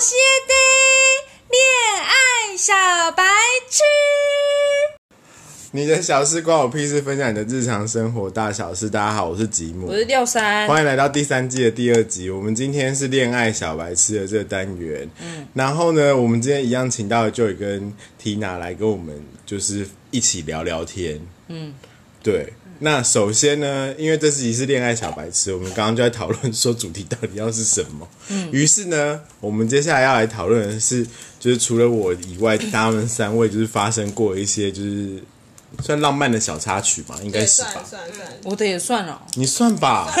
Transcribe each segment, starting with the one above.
些的哦恋爱小白痴。你的小事关我屁事，分享你的日常生活大小事。大家好，我是吉姆我，是六 三，欢迎来到第三季的第二集。我们今天是恋爱小白痴的这个单元，嗯，然后呢，我们今天一样请到了 Joy 跟 Tina 来跟我们就是一起聊聊天，嗯，对。那首先呢，因为这集是恋爱小白痴，我们刚刚就在讨论说主题到底要是什么。嗯，于是呢，我们接下来要来讨论的是，就是除了我以外，他们三位就是发生过一些就是算浪漫的小插曲嘛，应该是吧算？算算，嗯我的也算了，你算 吧。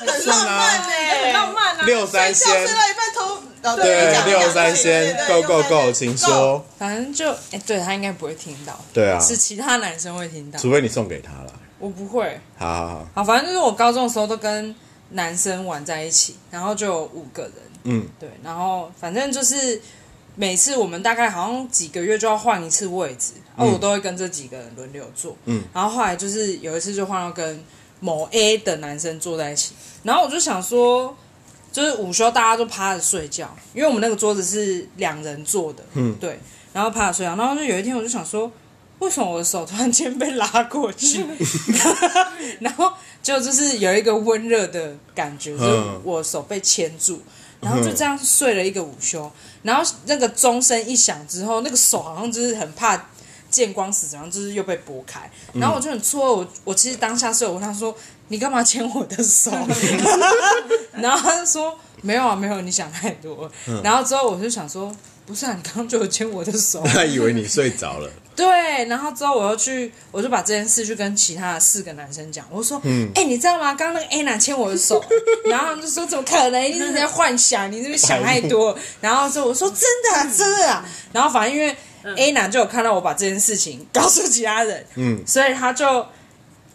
很浪漫呢、很浪漫啊！六三先睡到一半头，老对对，六三先，Go Go Go，请。说。反正就哎、对他应该不会听到，对啊，是其他男生会听到，除非你送给他了。我不会。好好好，好，反正就是我高中的时候都跟男生玩在一起，然后就有五个人， 嗯，对，然后反正就是每次我们大概好像几个月就要换一次位置，哦、我都会跟这几个人轮流坐，嗯，然后后来就是有一次就换到跟某 A 的男生坐在一起，然后我就想说，就是午休大家都趴着睡觉，因为我们那个桌子是两人坐的，嗯对，然后趴着睡觉，然后就有一天我就想说。为什么我的手突然间被拉过去？ 然后就就是有一个温热的感觉，就是嗯我手被牵住，然后就这样睡了一个午休。然后那个钟声一响之后，那个手好像就是很怕见光死，怎么样，就是又被拨开。然后我就很错愕，我我其实当下是有问他说：“你干嘛牵我的手？” 然后他就说：“没有啊，没有，你想太多。然后之后我就想说：“不是啊，你刚刚就有牵我的手。”他以为你睡着了。对，然后之后我又去，我就把这件事去跟其他的四个男生讲，我说，嗯，哎、你知道吗？刚刚那个 A 男牵我的手，然后他们就说怎么可能？一定是在幻想，你是不是想太多？然后之后我说真的啊，真的啊。然后反正因为 A 男就有看到我把这件事情告诉其他人，嗯，所以他就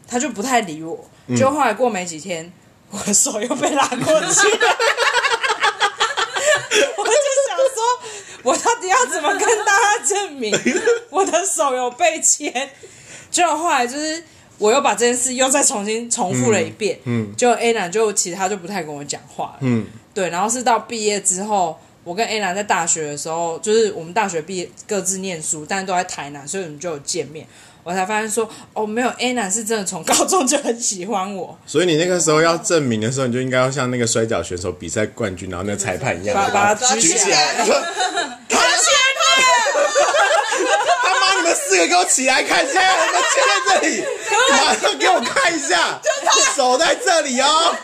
他就不太理我。就后来过没几天，我的手又被拉过去了，我就 想说，我到底要怎么跟大家证 明我的手有被牵？就后来就是。我又把这件事又再重新重复了一遍，嗯嗯就 A 男就其实他就不太跟我讲话了，嗯对，然后是到毕业之后，我跟 A 男在大学的时候，就是我们大学毕业各自念书，但都在台南，所以我们就有见面。我才发现说，哦，没有 A 男是真的从高中就很喜欢 我，所以你那个时候要证明的时候，你就应该要像那个摔跤选手比赛冠军，然后那裁判一样，把就把把他他举举起起来来，说：“他 他妈，你们四个给我起来看一下，我们牵在这里，马上给我看一下，手在这里哦。”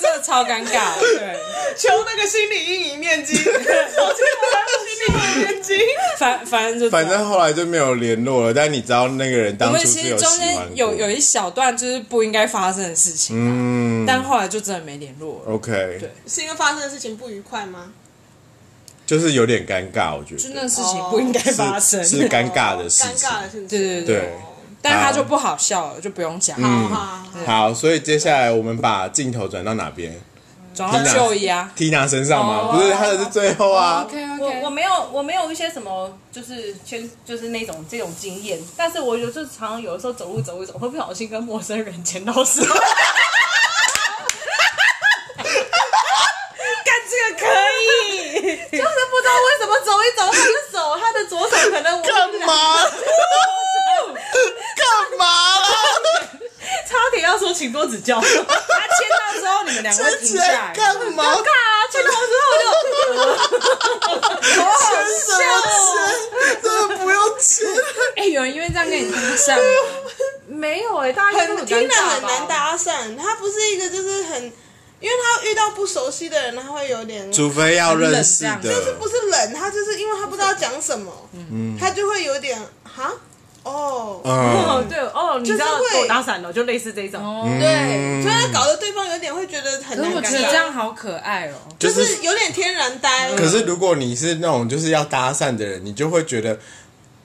这这超尴尬。对，求那个心理阴影 面积，求求那个心理阴影面积。反反正就这样反正后来就没有联络了，但你知道那个人我当们初其是实喜中间欢有过有一小段就是不应该发生的事情，嗯哦但后来就真的没联络了， ，OK，对是因为发生的事情不愉快吗？就是有点尴尬，我觉就得那事情不应该发生。是是尴尬的事尴情。尬的事情。对对对对 但他就不好笑了，就不用嗯讲，哦好好好，好，所以接下来我们把镜头转到哪边转到秀姨 啊。 ？Tina 身上吗？哦不是，她的是最后啊。 OK 我 OK，我没有我没有一些什么就是圈就是那种这种经验，但是我有就是常常有的时候走路走一走，会不小心跟陌生人牵到 手。干这个可以。就是不知道为什么走一走，他的手，他的左手可能我干嘛？干嘛啦？差点要说请多指教，他签到之后，你们两个之停下前来，干嘛？啊牵到之后就 牵什么牵？真的不用牵。哎、有人因为这样跟你搭讪吗？没有哎、大家应该都哎很听尴了尬很吧难搭讪，他不是一个就是很，因为他遇到不熟悉的人，他会有点，就除非要认识很冷这是的，不是冷，他就是因为他不知道讲什么，他就会有点哈哦，哦嗯，对哦，你知道就是会狗打伞了，就类似这一种。嗯对，就会搞得对方有点会觉得很可是难尴尬，我觉得这样好可爱哦、就就是是有点天然呆，可是如果你是那种就是要搭讪的人，你就会觉得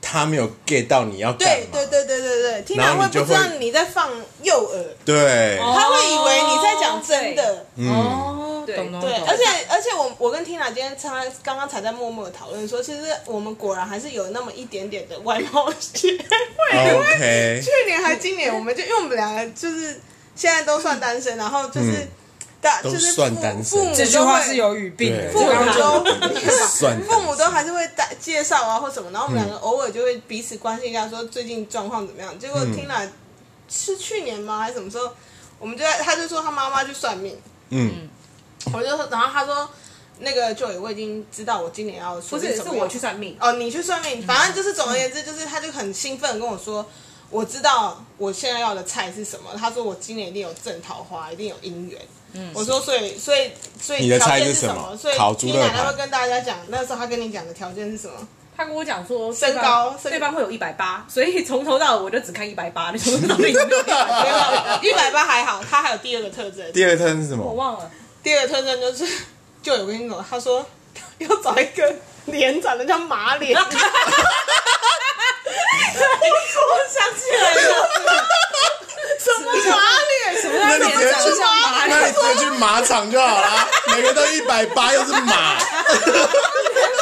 他没有 get 到你要干对嘛，对对对对对，听然到后会你就不会知道你在放诱饵，对哦他会以为你在讲真的。嗯，哦，对懂懂对，懂。而且而且我我跟 Tina 今天才刚刚才在默默地讨论说，其实我们果然还是有那么一点点的外貌协会。 OK，去年还今年，我们就因为我们两个就是现在都算单身，然后就是大嗯都就是算父单身父母这句话都会是有语病的，对父这母刚刚就都算 嗯父母都还是会带介绍啊或什么，然后我们两个偶尔就会彼此关心一下，说最近状况怎么样。结果嗯听了是去年吗还是什么时候，我们就在他就说他妈妈去算命，嗯，我就说，然后他说那个 Joy 我已经知道我今年要不说是什是么我样去算命，哦，你去算命，反正就是总而言之，就是他就很兴奋地跟我说，我知道我现在要的菜是什么。他说我今年一定有正桃花，一定有姻缘。我说所以所以所以你的条菜件是什什么所以烤猪你肋奶排奶会跟大家讲，那时候他跟你讲的条件是什么？ 他跟我讲说身高对方身对方会有一百八，所以从头到尾我就只看一百八，你从头到尾有没有 没有180，一百八还好，他还有第二个特征，第二摊是什我么？忘了，第二个特征就是就有跟你讲，他说 要找一个 脸长得像马脸。 我想起来了， 什么马 脸？什么那你直接长得去像马那你直接去马场就好啦，每个都一百八，又是马，脸很长，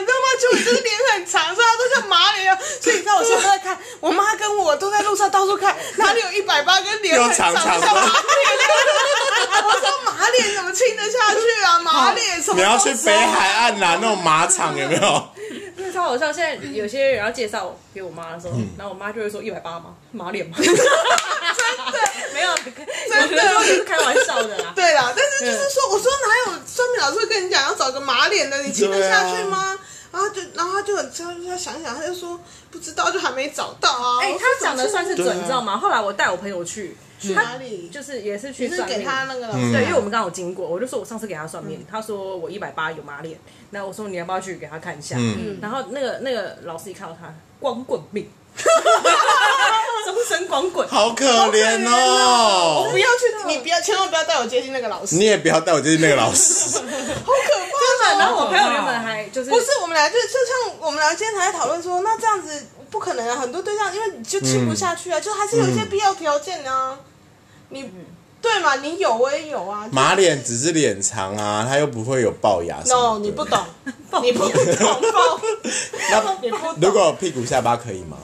你知道吗？就你这个脸很长，所以他都像马脸一样。所以你知道我现在都在看，我妈跟我都在路上到处看，哪里有一百八跟脸很又长像马长的脸的？我说马脸怎么亲得下去啊？马脸什么？你要去北海岸啦，那种马场有没有？因为超好笑。现在有些人要介绍给我妈的时候，然后我妈就会说一百八吗？马 脸吗？真的没有，真的就是开玩笑的啦。对啦，但是就是说，我说哪有算命老师会跟你讲要找个马脸的，你亲得下去吗？然后啊他就，然后他就很，他就他想一想，他就说不知道，就还没找到啊。 哎、我说他讲的算是对啊准，你知道吗？后来我带我朋友去，去哪里？就是也是去你是算给命。他嗯那个老对，师因为我们刚好经过，我就说我上次给他算命，他说我一百八有马脸，那我说你要不要去给他看一下？嗯嗯然后那个那个老师一看到他光棍 命，终身光棍，好可怜我哦！不要去，你不要，千万不要带我接近那个老师你，也不要带我进去那个老师，好可怕、哦！然后我朋友原本还就是不是我们俩就就像我们俩今天还在讨论说，那这样子不可能啊，很多对象因为你就亲不下嗯去啊，就还是有一些必要条件啊。你对嘛？你有我也有啊。马脸只是脸长啊，他又不会有龅牙什么 no，的你不懂，你不懂，抱那你不懂。如果屁股下巴可以吗？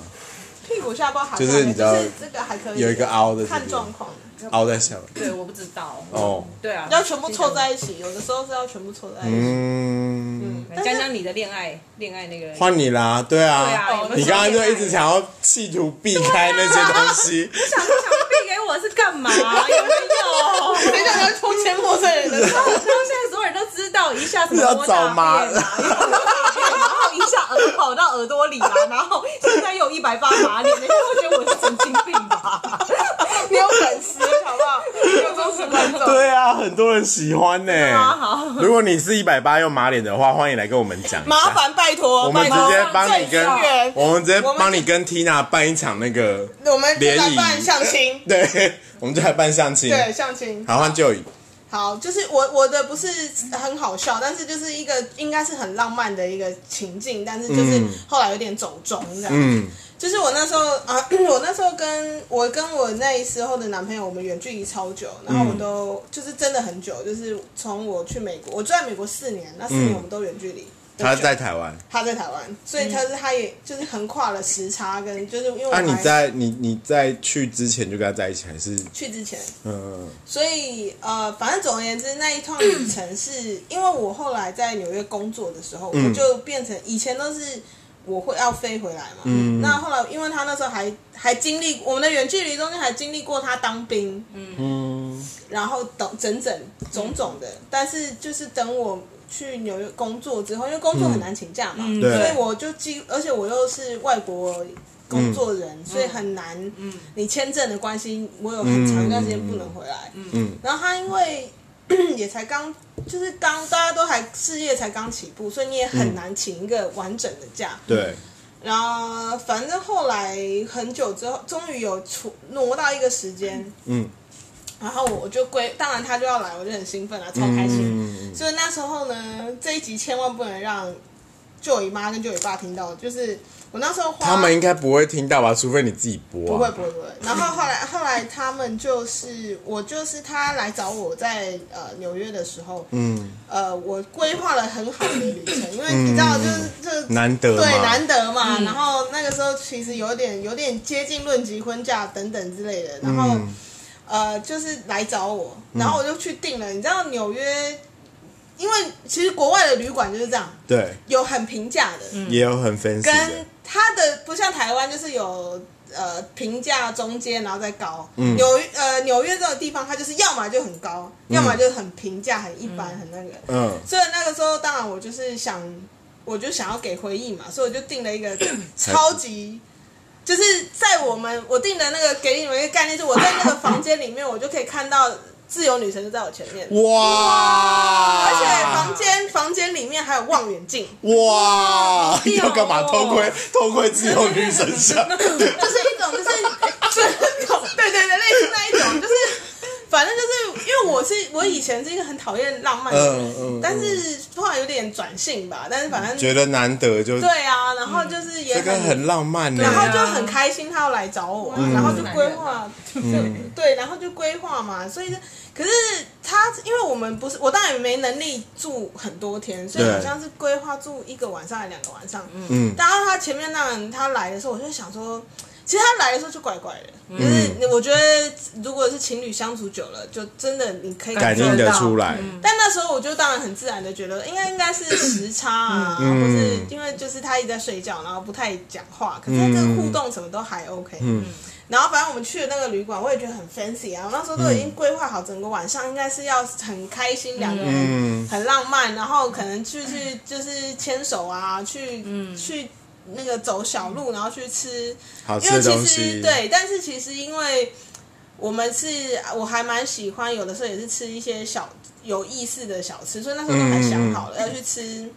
屁股下巴还好就是你知道就是这个还可以，有一个凹的这边看状况，凹在下面对，我不知道，哦，对啊，要全部凑在一起，有的时候是要全部凑在一起。嗯，来讲讲你的恋爱恋爱那个，换你啦，对对啊啊，，你刚刚就一直想要企图避开那些东西，想不想避给我是干 嘛？有没有？谁想要偷牵陌生人的手？然后现在所有人都知道一下什么要多找大麻便啊，有多大便然后一下耳跑到耳朵 里啊，然后现在又一百八马脸，人家会觉得我是神经病吧？你有粉丝好不好？你有忠实观众。 对啊，很多人喜欢呢、啊好如果你是一百八又马脸的话，欢迎来跟我们讲一下。麻烦拜托，我们直拜托接帮你郑思跟源我们直接我们帮你跟 Tina 办一场那个，我们就联来谊，办相亲 对，我们就来办相亲。对相亲。好，换就好，就是我我的不是很好笑，但是就是一个应该是很浪漫的一个情境，但是就是嗯后来有点走中这样。嗯就是我那时候啊， 我那时候跟我跟我那时候的男朋友，我们远距离超久，然嗯后我都、就是真的很久，就是从我去美国，我住在美国四年，那四年嗯我们都远距离。他在台湾。他在台湾，所以他是他也就是横跨了时差跟就是因为我那、们啊你还在你你在去之前就跟他在一起，还是去之前，嗯所以呃，反正总而言之，那一趟旅程是因为我后来在纽约工作的时候，嗯我就变成以前都是我会要飞回来嘛。嗯那后来因为他那时候还还经历我们的远距离中间还经历过他当兵，嗯然后等整整种种的，但是就是等我。去纽约工作之后，因为工作很难请假嘛，嗯对所以我就几，而且我又是外国工作人，所以很难。你签证的关系，我有很长一段时间不能回来。嗯然后他因为也才刚，就是刚大家都还事业才刚起步，所以你也很难请一个完整的假。嗯对，然后反正后来很久之后，终于有出挪到一个时间，嗯然后我就归，当然他就要来，我就很兴奋啊，超开心。嗯，所以那时候呢，这一集千万不能让舅姨妈跟舅姨爸听到，就是我那时候花他们应该不会听到吧？除非你自己播、不会啊。不会不会。然后后来后来他们就是我就是他来找我在呃纽约的时候，嗯，呃，我规划了很好的旅程，因为你知道就是这。难得嘛。对，难得嘛。然后那个时候其实有点有点接近论及婚嫁等等之类的。然后嗯呃，就是来找我，然后我就去订了。你知道纽约，因为其实国外的旅馆就是这样，对，有很平价的，也有很 fancy 嗯跟的，它的不像台湾，就是有呃平价、中间，然后再高。嗯纽、约呃纽约这种地方，它就是要么就很高，要么就很平价、很一般、很那个。嗯，所以那个时候，当然我就是想，我就想要给回忆嘛，所以我就定了一 个超级，就是在我们我定的那个给你们一个概念，是我在那个房间里面，我就可以看到自由女神就在我前面，哇，而且房间房间里面还有望远镜，哇，屌哦要干嘛偷窥偷窥自由女神像？就是一种就是就是 那种对对对，类似那一种，就是反正就是因为我是我以前是一个很讨厌浪漫的人，嗯嗯嗯但是后来有点转性吧，但是反正觉得难得就对啊，然后就是也这个很浪漫呢然，后就很开心，他要来找我，啊嗯然后就规划，对对，然后就规划嘛。所以是，可是他因为我们不是，我当然也没能力住很多天，所以对好像是规划住一个晚上还是两个晚上。嗯然后他前面那人他来的时候，我就想说，其实他来的时候就怪怪嗯的，就是我觉得如果是情侣相处久了，就真的你可以感受应得到出来，但那时候我就当然很自然的觉得，应该应该是时差啊，嗯或是因为就是他一直在睡觉，然后不太讲话，可是他跟互动什么都还 OK。嗯然后反正我们去的那个旅馆，我也觉得很 fancy 啊，我那时候都已经规划好整个晚上应该是要很开心，两个人嗯，很浪漫，然后可能去去就是牵手啊，去去那个走小路，然后去吃。好因吃为的其东实西，，对，但是其实因为我们是，我还蛮喜欢，有的时候也是吃一些小有意思的小吃，所以那时候都还嗯想好了、要去吃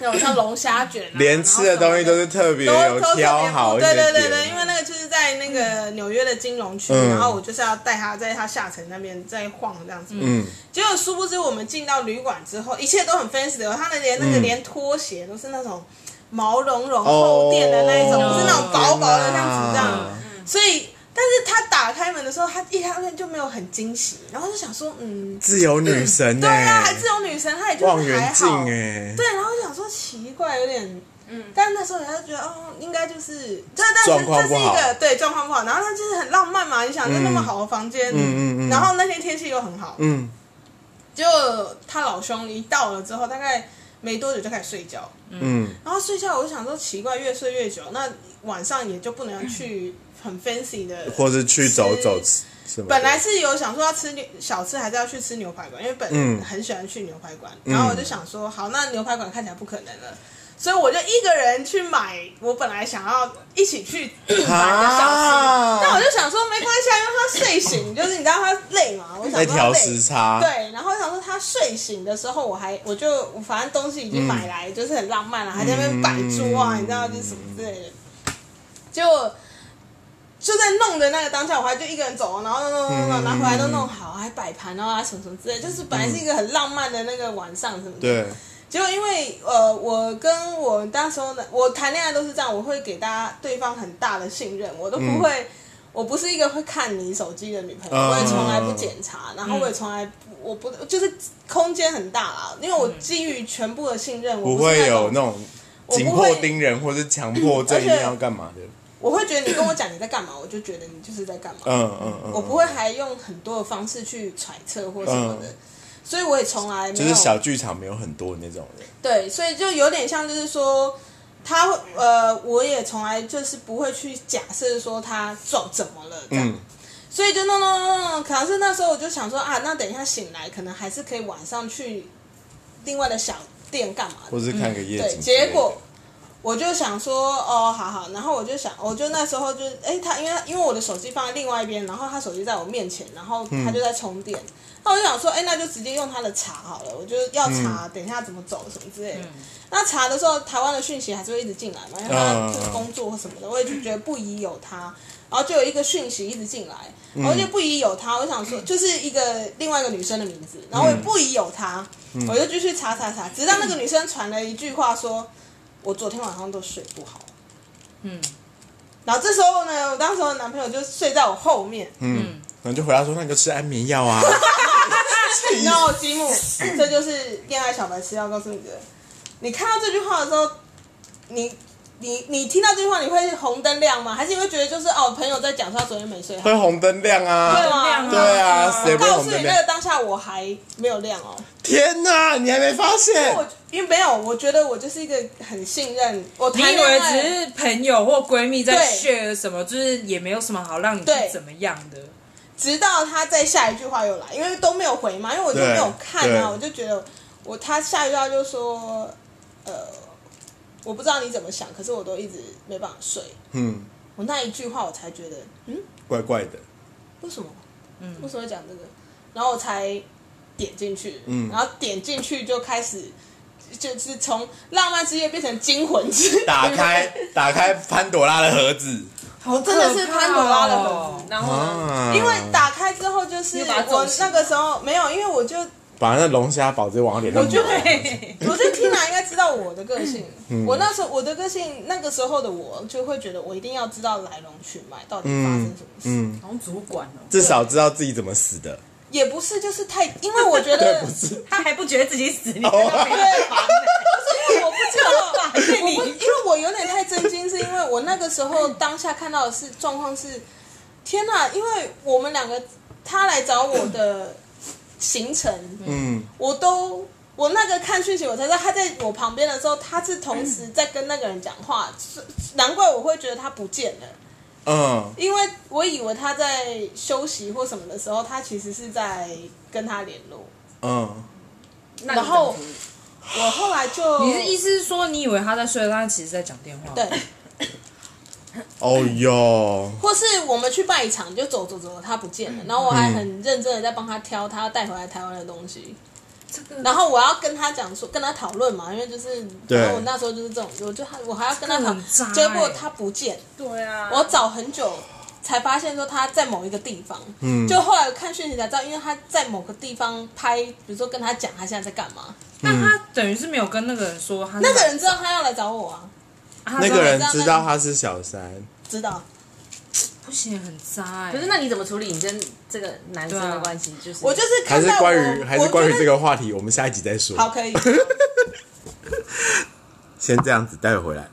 那种像龙虾卷、啊，连吃的东西都是特别然后什么有的都都挑好一对点对点，对对，因为那个就是在那个纽约的金融区，嗯然后我就是要带他在他下层那边再晃这样子，嗯，结果殊不知，我们进到旅馆之后，一切都很 fancy 的哦，他们连那个嗯连拖鞋都是那种毛茸茸厚垫的那一种，哦不是那种薄薄的这样子这天样哪。所以，但是他打开门的时候，他一开门就没有很惊喜，然后就想说，嗯，自由女神对呢，啊，还自由女神，她也就望是还远镜好，哎，对，然后想说奇怪，有点，嗯，但那时候人家就觉得，哦，应该就是，这但状是况这是一不好个对状况不好，然后他就是很浪漫嘛，你想在那么好的房间，嗯嗯嗯然后那天天气又很好，嗯，结果他老兄一到了之后，大概没多久就开始睡觉，嗯然后睡觉我就想说奇怪，越睡越久，那晚上也就不能去很 fancy 的，或是去走走吃什么的？本来是有想说要吃牛小吃，还是要去吃牛排馆，因为本人嗯很喜欢去牛排馆。然后我就想说，好，那牛排馆看起来不可能了，所以我就一个人去买我本来想要一 起去买的小吃。啊但我就想说没关系，啊，因为他睡醒，就是你知道他累嘛，我想在说他调累。时差，对，然后我想说他睡醒的时候，我还我就我反正东西已经买来，就是很浪漫了，啊还在那边摆桌啊，你知道就是什么之类的。就就在弄的那个当下，我还就一个人走，啊然后弄弄弄弄，拿回来都弄好，还摆盘啊什么什么之类的，就是本来是一个很浪漫的那个晚上什么的。对，结果因为呃，我跟我那时候的我谈恋爱都是这样，我会给大家对方很大的信任，我都不会，我不是一个会看你手机的女朋友，嗯我也从来不检查，然后我也从来不我不就是空间很大啦，因为我基于全部的信任，我不是会那有种那种紧迫盯人或是强迫症而一且定要干嘛的，我会觉得你跟我讲你在干嘛，我就觉得你就是在干嘛，嗯嗯嗯，我不会还用很多的方式去揣测或什么的，嗯所以我也从来没有就是小剧场没有很多那种人，对，所以就有点像，就是说，他会呃，我也从来就是不会去假设说他撞怎么了这样，嗯所以就弄弄弄弄弄。可是那时候我就想说啊，那等一下醒来，可能还是可以晚上去另外的小店干嘛的或是看个夜嗯对，景之类的，结果我就想说，哦，好好，然后我就想，我就那时候就，哎，他因为因为我的手机放在另外一边，然后他手机在我面前，然后嗯他就在充电，那我就想说，哎，那就直接用他的查好了，我就要嗯查，等一下怎么走什么之类的。那查的时候，台湾的讯息还是会一直进来嘛，因为他就是工作或什么的，我也就觉得不宜有他。然后就有一个讯息一直进来，然后就不宜有他。我想说，就是一个另外一个女生的名字，然后我也不宜有他，我就继续查查查，直到那个女生传了一句话说：“我昨天晚上都睡不好。”嗯，然后这时候呢，我当时的男朋友就睡在我后面，嗯，然后就回答说那你就吃安眠药 啊，然后积木，这就是恋爱小白痴要告诉你的。你看到这句话的时候，你你你听到这句话，你会红灯亮吗？还是你会觉得就是哦，朋友在讲说他昨天没睡好？会红灯亮对啊，吗？对啊，谁不会告诉红你灯那个亮？当下嗯我还没有亮哦，天哪，你还没发现？我因为没有，我觉得我就是一个很信任我你谈以恋为爱只是朋友或闺蜜在对 share 什么，就是也没有什么好让你去对怎么样的。直到他在下一句话又来，因为都没有回嘛，因为我就没有看对对啊，我就觉得我他下一句话就说，呃，我不知道你怎么想，可是我都一直没办法睡。嗯，我那一句话我才觉得，嗯，怪怪的，为什么？嗯，为什么会讲这个？然后我才点进去，嗯，然后点进去就开始。就是从浪漫之夜变成惊魂 之夜，打 开打开潘朵拉的盒子好真的是潘朵拉的盒子然后呢，啊，因为打开之后就是你把它我揍死那个时候没有，因为我就把那龙虾堡直接往脸上我觉抹得，我觉得 Tina 应该知道我的个性。嗯我那时候我的个性，那个时候的我就会觉得我一定要知道来龙去脉到底发生嗯什么事，嗯，好像主管哦，至少知道自己怎么死的。也不是就是太，因为我 觉对，得不是，他还不觉得自己死，你在哦那边烦呢因为我不知道，对我你不因为我有点太震惊，是因为我那个时候当下看到的是状况是，天哪！因为我们两个他来找我的行程，嗯，我都我那个看讯息，我才知道他在我旁边的时候，他是同时在跟那个人讲话，是难怪我会觉得他不见了，嗯，因为我以为他在休息或什么的时候，他其实是在跟他联络。嗯，那你然后怎么处理我后来就你的意思是说，你以为他在睡，但他其实在讲电啊话？对，，哦哟，或是我们去拜场，就走走走，他不见嗯了，然后我还很认真的在帮他挑他要带回来台湾的东西。这个嗯然后我要跟他讲说，跟他讨论嘛，因为就是，对然后我那时候就是这种，我就还我还要跟他这个很渣讨，欸结果他不见，对啊，我找很久才发现说他在某一个地方，嗯就后来看讯息才知道，因为他在某个地方拍，比如说跟他讲他现在在干嘛，那他等于是没有跟那个人说嗯他是那个人知道他要来找我啊，啊他那知道个人知道知道他是小三，知道，不行，很渣哎、可是那你怎么处理你跟这个男生的关系？就是我就是还看是到我，关于还是关于这个，个话题，我们下一集再说。好，可以。先这样子带回来。